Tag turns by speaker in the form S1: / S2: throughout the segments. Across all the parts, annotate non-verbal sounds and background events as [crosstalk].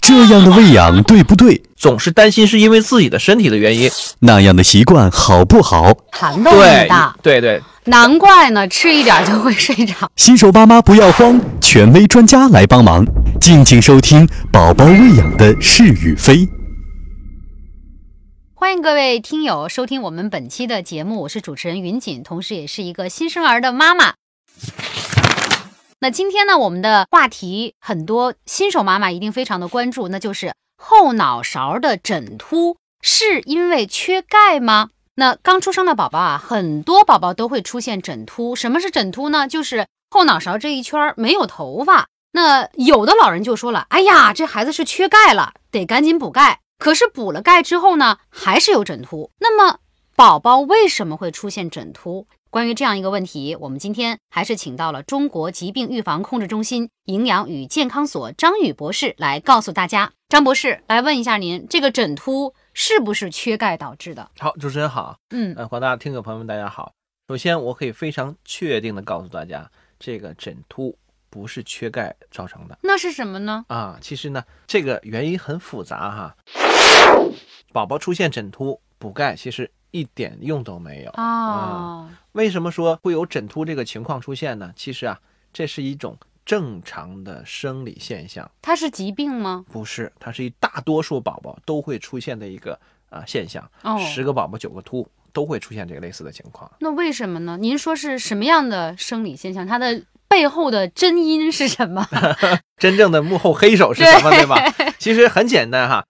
S1: 这样的喂养对不对？
S2: 总是担心是因为自己的身体的原因。
S1: 那样的习惯好不好？
S3: 涵洞很
S2: 对
S3: 大，，
S2: 对对，
S3: 难怪呢，吃一点就会睡着。
S1: 新手爸妈不要慌，权威专家来帮忙。敬请收听《宝宝喂养的是与非》。
S3: [laughs] 欢迎各位听友收听我们本期的节目，我是主持人云锦，同时也是一个新生儿的妈妈。那今天呢，我们的话题很多新手妈妈一定非常的关注，那就是后脑勺的枕秃是因为缺钙吗？那刚出生的宝宝啊，很多宝宝都会出现枕秃。什么是枕秃呢？就是后脑勺这一圈儿没有头发。那有的老人就说了：“哎呀，这孩子是缺钙了，得赶紧补钙。”可是补了钙之后呢，还是有枕秃。那么宝宝为什么会出现枕秃？关于这样一个问题，我们今天还是请到了中国疾病预防控制中心营养与健康所张宇博士来告诉大家。张博士，来问一下您，这个枕秃是不是缺钙导致的？
S2: 好，主持人好，
S3: 嗯，
S2: 呃，广大听友朋友们大家好。首先，我可以非常确定的告诉大家，这个枕秃不是缺钙造成的
S3: 那是什么呢？
S2: 啊。其实呢，这个原因很复杂哈。宝宝出现枕秃补钙，其实一点用都没有啊。
S3: 哦，
S2: 为什么说会有枕秃这个情况出现呢？其实啊，这是一种正常的生理现象，
S3: 它是疾病吗？
S2: 不是，它是一大多数宝宝都会出现的一个啊、呃现象。
S3: 哦，
S2: 十个宝宝九个秃都会出现这个类似的情况。
S3: 那为什么呢？您说是什么样的生理现象？它的背后的真因是
S2: [laughs]
S3: 什么？
S2: 真正的幕后黑手是什么，对吧？
S3: [laughs]
S2: 其实很简单哈，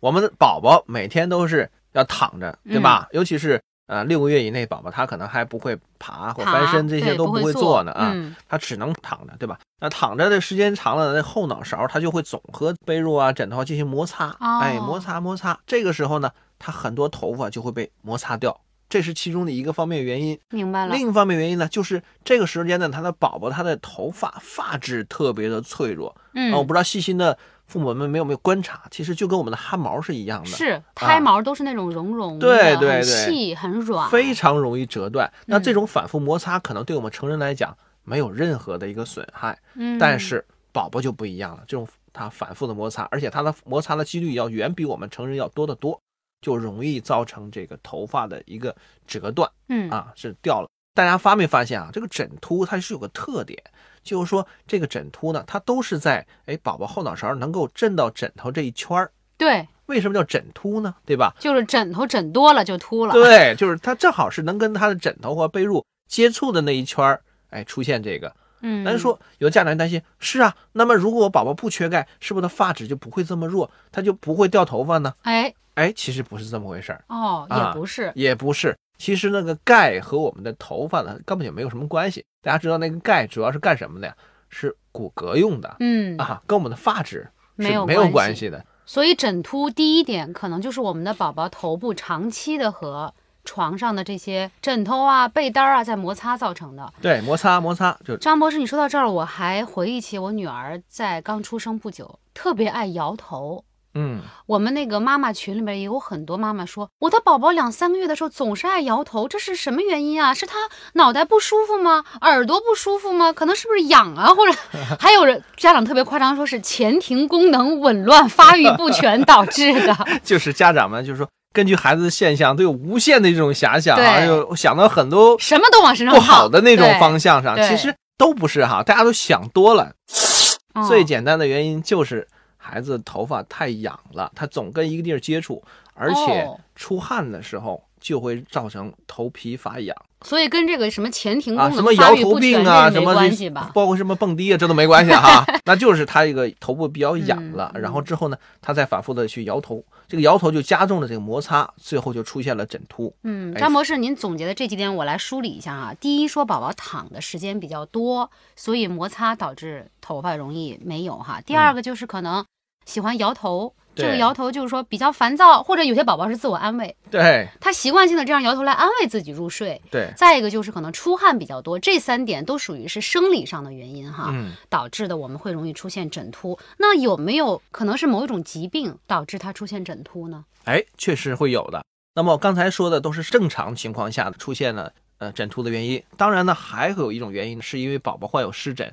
S2: 我们的宝宝每天都是要躺着，对吧？
S3: 嗯
S2: 尤其是呃六个月以内宝宝，他可能还不会爬或翻身，这些
S3: 对
S2: 都
S3: 不
S2: 会
S3: 做
S2: 做呢啊，
S3: 嗯，
S2: 他只能躺着，对吧？那躺着的时间长了，那后脑勺它就会总和被褥啊、枕头啊进行摩擦，
S3: 哦
S2: 哎，摩擦摩擦，这个时候呢，他很多头发就会被摩擦掉，这是其中的一个方面原因。
S3: 明白了。
S2: 另一方面原因呢，就是这个时间呢，他的宝宝他的头发发质特别的脆弱啊、
S3: 嗯，
S2: 我不知道细心的父母们没有没有观察，其实就跟我们的汗毛是一样的，啊
S3: 是胎毛都是那种绒绒的，
S2: 对对对
S3: 很细很软，
S2: 非常容易折断。那
S3: 嗯
S2: 这种反复摩擦可能对我们成人来讲没有任何的一个损害，
S3: 嗯。
S2: 但是宝宝就不一样了，这种他反复的摩擦，而且他的摩擦的几率要远比我们成人要多得多，就容易造成这个头发的一个折断。
S3: 嗯
S2: 啊是掉了。大家发没发现啊？这个枕秃它是有个特点，就是说这个枕秃呢，它都是在哎宝宝后脑勺能够震到枕头这一圈儿。
S3: 对，
S2: 为什么叫枕秃呢？对
S3: [laughs]
S2: 吧？
S3: 就是枕头枕多了就秃了。
S2: 对，就是它正好是能跟它的枕头或被褥接触的那一圈儿，哎，出现这个。
S3: 嗯，
S2: 咱说有家长担心，是啊，那么如果我宝宝不缺钙，是不是他发质就不会这么弱，他就不会掉头发呢？
S3: 哎
S2: 哎，其实不是这么回事儿。
S3: 哦，
S2: 啊
S3: 也不是，
S2: 也不是，其实那个钙和我们的头发呢根本就没有什么关系。大家知道那个钙主要是干什么的呀？是骨骼用的、
S3: 嗯，
S2: 啊，跟我们的发质
S3: 没
S2: 是
S3: 有
S2: 没有
S3: 关
S2: 关系的。
S3: 所以枕秃第一点可能就是我们的宝宝头部长期的和床上的这些枕头啊、被单啊在摩擦造成的。
S2: 对，摩擦摩擦就
S3: 张博士，你说到这儿，我还回忆起我女儿在刚出生不久，特别爱摇头。
S2: 嗯，
S3: 我们那个妈妈群里面也有很多妈妈说，我的宝宝两三个月的时候总是爱摇头，这是什么原因啊？是他脑袋不舒服吗？耳朵不舒服吗？可能是不是痒啊？或者
S2: [laughs]
S3: 还有人家长特别夸张，说是前庭功能紊乱、发育不全导致的。
S2: 就是家长们就是说，根据孩子的现象都有无限的这种遐想啊，
S3: 对
S2: 就想到很多
S3: 什么都往身上
S2: 不
S3: 套
S2: 好的那种方向上，
S3: 对
S2: 其实都不是哈，大家都想多了。
S3: 对
S2: 最
S3: 嗯
S2: 简单的原因就是孩子头发太痒了，他总跟一个地儿接触，而且
S3: 哦
S2: 出汗的时候就会造成头皮发痒、
S3: 所以跟这个什么前庭
S2: 啊，
S3: 功
S2: 什么
S3: 能嗯发
S2: 摇
S3: 育
S2: 头
S3: 不
S2: 病
S3: 全
S2: 啊，
S3: 这
S2: 什
S3: 没
S2: 么
S3: 关系吧？
S2: 包括什么蹦迪啊，这都没关系
S3: [laughs]
S2: 哈、那就是他一个头部比较痒了，
S3: 嗯嗯
S2: 然后之后呢，他再反复的去摇头，这个摇头就加重了这个摩擦，最后就出现了枕秃。
S3: 嗯，
S2: 哎
S3: 张博士，您总结的这几点我来梳理一下啊。第一，说宝宝躺的时间比较多，所以摩擦导致头发容易没有哈。第二个就是可能喜欢摇头，这个
S2: 嗯对
S3: 摇头就是说比较烦躁，或者有些宝宝是自我安慰，
S2: 对
S3: 他习惯性的这样摇头来安慰自己入睡。
S2: 对，
S3: 再一个就是可能出汗比较多，这三点都属于是生理上的原因哈，
S2: 嗯。
S3: 导致的我们会容易出现枕秃。那有没有可能是某一种疾病导致他出现枕秃呢？
S2: 哎，确实会有的。那么我刚才说的都是正常情况下出现了呃枕秃的原因。当然呢，还会有一种原因是因为宝宝患有湿疹，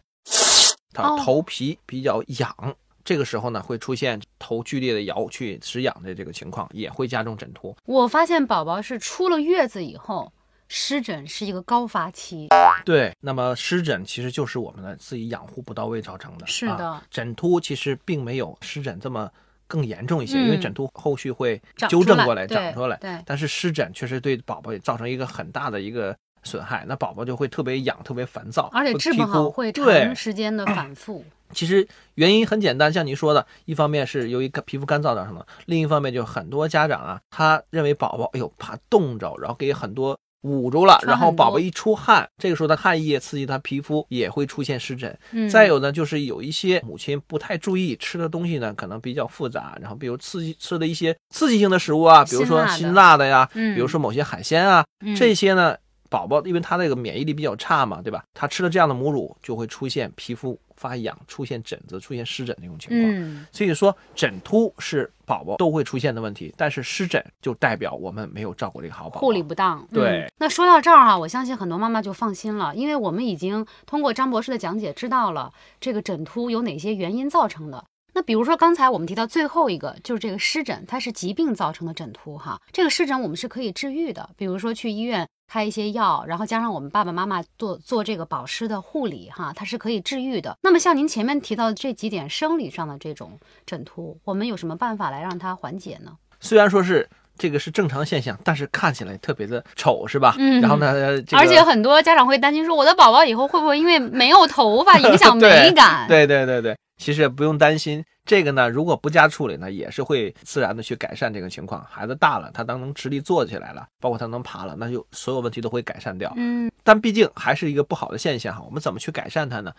S2: 他
S3: 哦
S2: 头皮比较痒，这个时候呢，会出现头剧烈的摇去止痒的这个情况，也会加重枕脱。
S3: 我发现宝宝是出了月子以后，湿疹是一个高发期。
S2: 对，那么湿疹其实就是我们的自己养护不到位造成的。
S3: 是的
S2: 啊枕秃其实并没有湿疹这么更严重一些，
S3: 嗯
S2: 因为枕秃后续会
S3: 长
S2: 纠正
S3: 出来
S2: 过来、
S3: 对
S2: 长出来。
S3: 对
S2: 但是湿疹确实对宝宝也造成一个很大的一个损害，那宝宝就会特别痒、特别烦躁，
S3: 而且
S2: 会
S3: 治
S2: 啼
S3: 不好
S2: 哭
S3: 会
S2: 对
S3: 长时间的反复。
S2: 其实原因很简单，像您说的，一方面是由于干皮肤干燥造成的，另一方面就很多家长啊，他认为宝宝哎呦怕冻着，然后给很多捂住了，
S3: 穿很多
S2: 然后宝宝一出汗，这个时候他汗液刺激他皮肤也会出现湿疹。[clears throat]
S3: 嗯，
S2: 再有呢，就是有一些母亲不太注意吃的东西呢，可能比较复杂，然后比如刺激吃的一些刺激性的食物啊，比如说
S3: 辛
S2: 辛
S3: 辣
S2: 辣的呀，
S3: 嗯
S2: 比如说某些海鲜啊，
S3: 嗯
S2: 这些呢，宝宝因为他那个免疫力比较差嘛，对吧？他吃了这样的母乳，就会出现皮肤发痒、出现疹子、出现湿疹这种情况。
S3: 嗯，
S2: 所以说，枕秃是宝宝都会出现的问题，但是湿疹就代表我们没有照顾这个好宝宝。
S3: 护理不当。
S2: 对
S3: 嗯那说到这儿哈、我相信很多妈妈就放心了，因为我们已经通过张博士的讲解知道了这个枕秃有哪些原因造成的。那比如说刚才我们提到最后一个，就是这个湿疹，它是疾病造成的枕秃哈。这个湿疹我们是可以治愈的，比如说去医院开一些药，然后加上我们爸爸妈妈做做这个保湿的护理哈，它是可以治愈的。那么像您前面提到的这几点生理上的这种枕秃，我们有什么办法来让它缓解呢？
S2: 虽然说是这个是正常现象，但是看起来特别的丑，是吧？
S3: 嗯
S2: 然后呢，这个、
S3: 而且很多家长会担心说，我的宝宝以后会不会因为没有头
S2: [laughs]
S3: 发影响美感？
S2: 对对对对，其实也不用担心这个呢。如果不加处理呢，也是会自然的去改善这个情况。孩子大了，他当能直立坐起来了，包括他能爬了，那就所有问题都会改善掉。
S3: 嗯
S2: 但毕竟还是一个不好的现象哈，我们怎么去改善它呢？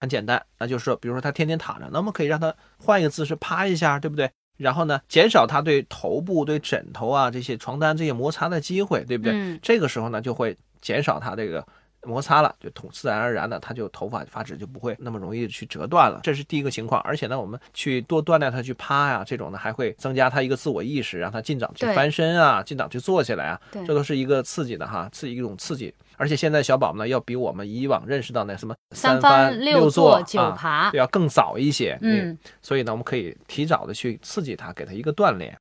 S2: 很简单，那就是说，比如说他天天躺着，那么可以让他换一个姿势趴一下，对不对？然后呢，减少他对头部、对枕头啊这些床单这些摩擦的机会，对不对？
S3: 嗯
S2: 这个时候呢，就会减少它这个摩擦了，就头自然而然的，它就头发发质就不会那么容易去折断了。这是第一个情况，而且呢，我们去多锻炼它去趴呀、这种呢还会增加它一个自我意识，让它尽早去
S3: 对
S2: 翻身啊，尽早去坐起来啊，
S3: 对
S2: 这都是一个刺激的哈，刺激一种刺激。而且现在小宝们呢，要比我们以往认识到那什么
S3: 三
S2: 翻
S3: 六
S2: 坐、
S3: 九
S2: 啊
S3: 爬，
S2: 要更早一些。
S3: 嗯，
S2: 所以呢，我们可以提早的去刺激它，给它一个锻炼。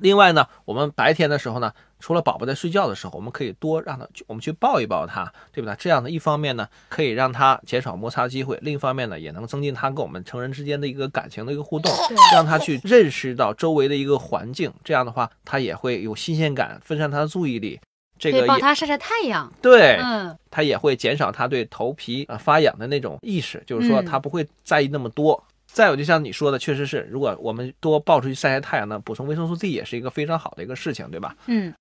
S2: 另外呢，我们白天的时候呢，除了宝宝在睡觉的时候，我们可以多让他，我们去抱一抱他，对不对？这样呢，一方面呢，可以让他减少摩擦机会；另一方面呢，也能增进他跟我们成人之间的一个感情的一个互动，让他去认识到周围的一个环境。这样的话，他也会有新鲜感，分散他的注意力。这
S3: 可
S2: 个
S3: 以抱
S2: 也
S3: 他晒晒太阳。
S2: 对，
S3: 嗯
S2: 它也会减少它对头皮啊、呃发痒的那种意识，就是说
S3: 嗯
S2: 它不会在意那么多。再有，就像你说的，确实是，如果我们多抱出去晒晒太阳呢，补充维生素 D 也是一个非常好的一个事情，对吧？
S3: 嗯，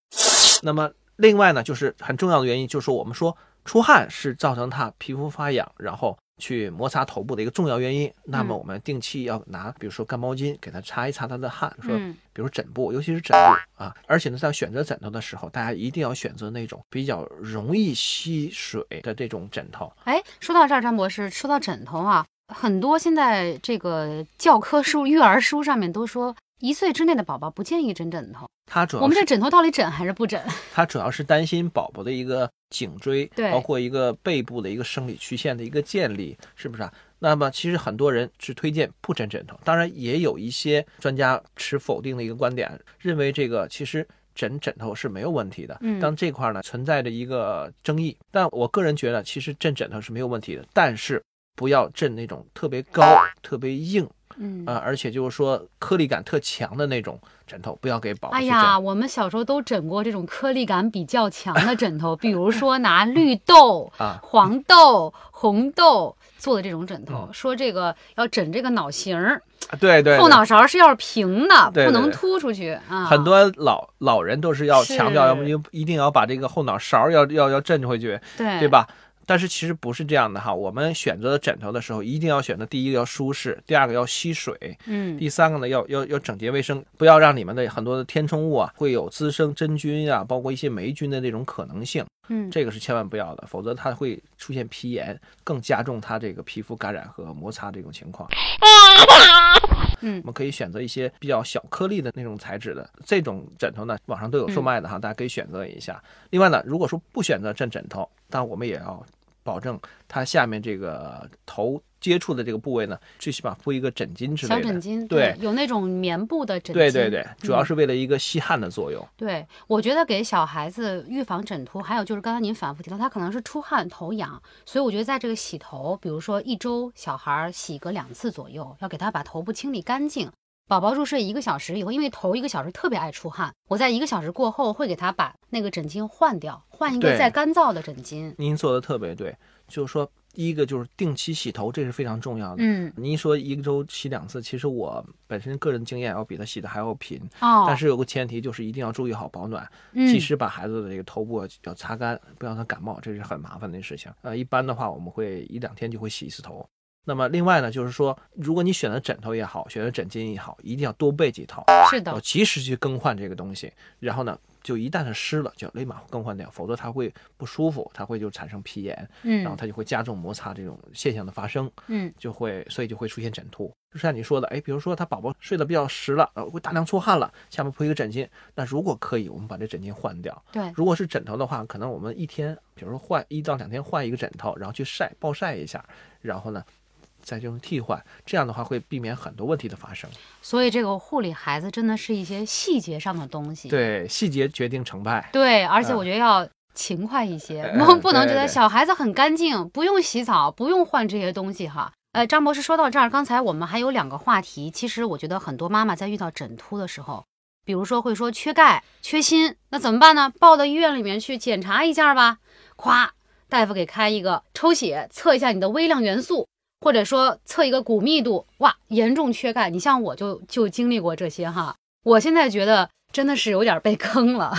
S2: 那么另外呢，就是很重要的原因，就是说我们说出汗是造成它皮肤发痒，然后去摩擦头部的一个重要原因。那
S3: 嗯
S2: 么我们定期要拿，比如说干毛巾给它擦一擦它的汗，说
S3: 嗯
S2: 比如枕布，尤其是枕布啊。而且呢，在选择枕头的时候，大家一定要选择那种比较容易吸水的这种枕头。
S3: 哎，说到这儿，张博士，说到枕头啊，很多现在这个教科书、育儿书上面都说，一岁之内的宝宝不建议枕枕头。
S2: 它主
S3: 我
S2: 要
S3: 们
S2: 哦是
S3: 这枕头到底枕还是
S2: [laughs]
S3: 不枕？
S2: 它主要是担心宝宝的一个颈椎，
S3: 对
S2: 包括一个背部的一个生理曲线的一个建立，是不是啊？那么其实很多人是推荐不枕枕头，当然也有一些专家持否定的一个观点，认为这个其实。枕枕头是没有问题的
S3: 嗯，
S2: 但这块呢存在着一个争议。但我个人觉得，其实枕枕头是没有问题的，但是不要枕那种特别高、特别硬
S3: 嗯
S2: 啊、呃而且就是说颗粒感特强的那种枕头，不要给宝宝
S3: 哎
S2: 去枕。
S3: 呀，我们小时候都枕过这种颗粒感比较强的枕头，比如说拿绿豆
S2: 啊
S3: 黄豆、 [laughs] 红豆做的这种枕头，
S2: 嗯
S3: 说这个要枕这个脑型儿，
S2: 对对，
S3: 后
S2: 对
S3: 脑勺是要是平的，
S2: 对对
S3: 不能
S2: 对
S3: 凸出去啊。
S2: 很多老老人都是要
S3: 是
S2: 强调，要么就一定要把这个后脑勺要要要震回去，
S3: 对
S2: 对？吧？但是其实不是这样的哈，我们选择枕头的时候，一定要选择第一个要舒适，第二个要吸水，
S3: 嗯
S2: 第三个呢要要要整洁卫生，不要让里面的很多的填充物啊会有滋生真菌啊，包括一些霉菌的那种可能性，
S3: 嗯，
S2: 这个是千万不要的，否则它会出现皮炎，更加重它这个皮肤感染和摩擦这种情况。
S3: 嗯
S2: 我们可以选择一些比较小颗粒的那种材质的这种枕头呢，网上都有售
S3: 嗯
S2: 卖的哈，大家可以选择一下。另外呢，如果说不选择枕枕头，但我们也要保证它下面这个头接触的这个部位呢，去把铺一个枕巾之
S3: 小
S2: 类的。
S3: 枕巾，
S2: 对
S3: 有那种棉布的枕巾，
S2: 对对对，主要
S3: 嗯
S2: 是为了一个吸汗的作用。
S3: 对，我觉得给小孩子预防枕秃，还有就是刚才您反复提到，他可能是出汗、头痒，所以我觉得在这个洗头，比如说一周小孩儿洗个两次左右，要给他把头部清理干净。宝宝入睡一个小时以后，因为头一个小时特别爱出汗，我在一个小时过后会给他把那个枕巾换掉，换一个
S2: 对
S3: 再干燥的枕巾。
S2: 您做的特别对，就是说，第一个就是定期洗头，这是非常重要的。
S3: 嗯，
S2: 您说一个周洗两次，其实我本身个人经验要比他洗的还要频，
S3: 哦，
S2: 但是有个前提就是一定要注意好保暖，
S3: 嗯
S2: 及时把孩子的这个头部啊要擦干，不要让他感冒，这是很麻烦的事情。呃，一般的话我们会一两天就会洗一次头。那么另外呢，就是说，如果你选择枕头也好，选择枕巾也好，一定要多备几套，
S3: 是
S2: 要
S3: 的，
S2: 及时去更换这个东西。然后呢，就一旦是湿了，就要立马更换掉，否则它会不舒服，它会就产生皮炎，然后
S3: 嗯
S2: 它就会加重摩擦这种现象的发生。
S3: 嗯，
S2: 就会，所以就会出现枕秃。就像你说的，哎，比如说他宝宝睡得比较实了，呃，会大量出汗了，下面铺一个枕巾。那如果可以，我们把这枕巾换掉。
S3: 对，
S2: 如果是枕头的话，可能我们一天，比如说换一到两天换一个枕头，然后去晒暴晒一下，然后呢，再这种替换，这样的话会避免很多问题的发生。
S3: 所以这个护理孩子真的是一些细节上的东西。
S2: 对，细节决定成败。
S3: 对，而且
S2: 嗯
S3: 我觉得要勤快一些，
S2: 哎
S3: 我
S2: [laughs]
S3: 们不能觉
S2: 对
S3: 得
S2: 对
S3: 小孩子很干净，不用洗澡，不用换这些东西哈。呃，张博士说到这儿，刚才我们还有两个话题，其实我觉得很多妈妈在遇到枕秃的时候，比如说会说缺钙、缺锌，那怎么办呢？抱到医院里面去检查一下吧，夸大夫给开一个抽血测一下你的微量元素，或者说测一个骨密度，哇，严重缺钙。你像我就就经历过这些哈，我现在觉得真的是有点被坑了。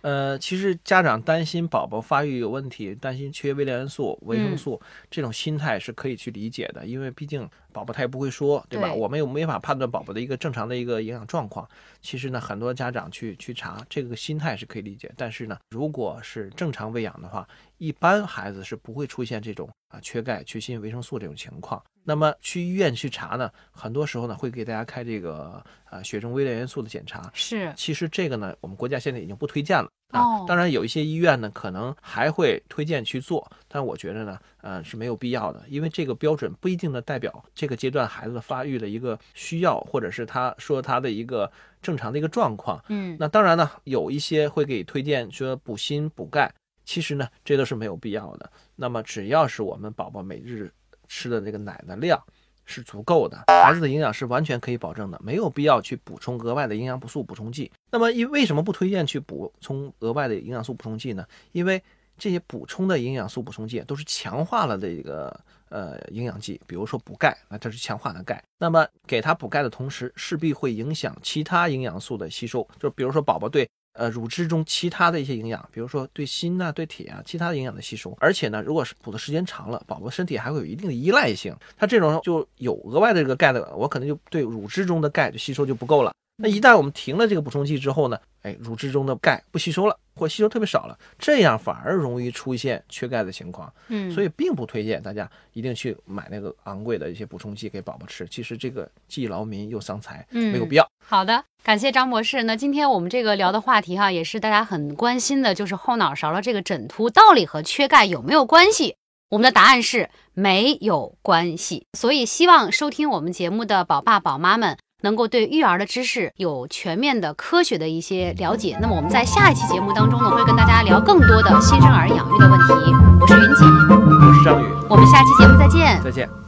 S2: 呃，其实家长担心宝宝发育有问题，担心缺微量元素、维生素、这种心态是可以去理解的，因为毕竟宝宝他也不会说，对吧？
S3: 对
S2: 我们又没法判断宝宝的一个正常的一个营养状况。其实呢，很多家长去去查这个心态是可以理解，但是呢，如果是正常喂养的话，一般孩子是不会出现这种啊缺钙、缺锌、维生素这种情况。那么去医院去查呢，很多时候呢会给大家开这个啊血中微量元素的检查，
S3: 是，
S2: 其实这个呢，我们国家现在已经不推荐了
S3: 哦
S2: 啊。当然，有一些医院呢，可能还会推荐去做，但我觉得呢，呃，是没有必要的，因为这个标准不一定的代表这个阶段孩子的发育的一个需要，或者是他说他的一个正常的一个状况。
S3: 嗯，
S2: 那当然呢，有一些会给推荐说补锌补钙，其实呢，这都是没有必要的。那么只要是我们宝宝每日吃的这个奶的量是足够的，孩子的营养是完全可以保证的，没有必要去补充额外的营养素补充剂。那么因为什么不推荐去补充额外的营养素补充剂呢？因为这些补充的营养素补充剂都是强化了的一个呃营养剂，比如说补钙，那这是强化的钙。那么给他补钙的同时，势必会影响其他营养素的吸收，就比如说宝宝对。呃，乳汁中其他的一些营养，比如说对锌呐、对铁啊，其他的营养的吸收。而且呢，如果是补的时间长了，宝宝身体还会有一定的依赖性。他这种就有额外的这个钙的，我可能就对乳汁中的钙的吸收就不够了。那一旦我们停了这个补充剂之后呢，哎，乳汁中的钙不吸收了，或吸收特别少了，这样反而容易出现缺钙的情况。
S3: 嗯，
S2: 所以并不推荐大家一定去买那个昂贵的一些补充剂给宝宝吃。其实这个既劳民又伤财，没有必要。
S3: 好的，感谢张博士。那今天我们这个聊的话题哈、也是大家很关心的，就是后脑勺的这个枕秃到底和缺钙有没有关系？我们的答案是没有关系。所以希望收听我们节目的宝爸宝妈们。能够对育儿的知识有全面的、科学的一些了解。那么我们在下一期节目当中呢，会跟大家聊更多的新生儿养育的问题。我是云锦，
S2: 我是张宇，
S3: 我们下期节目再见。
S2: 再见。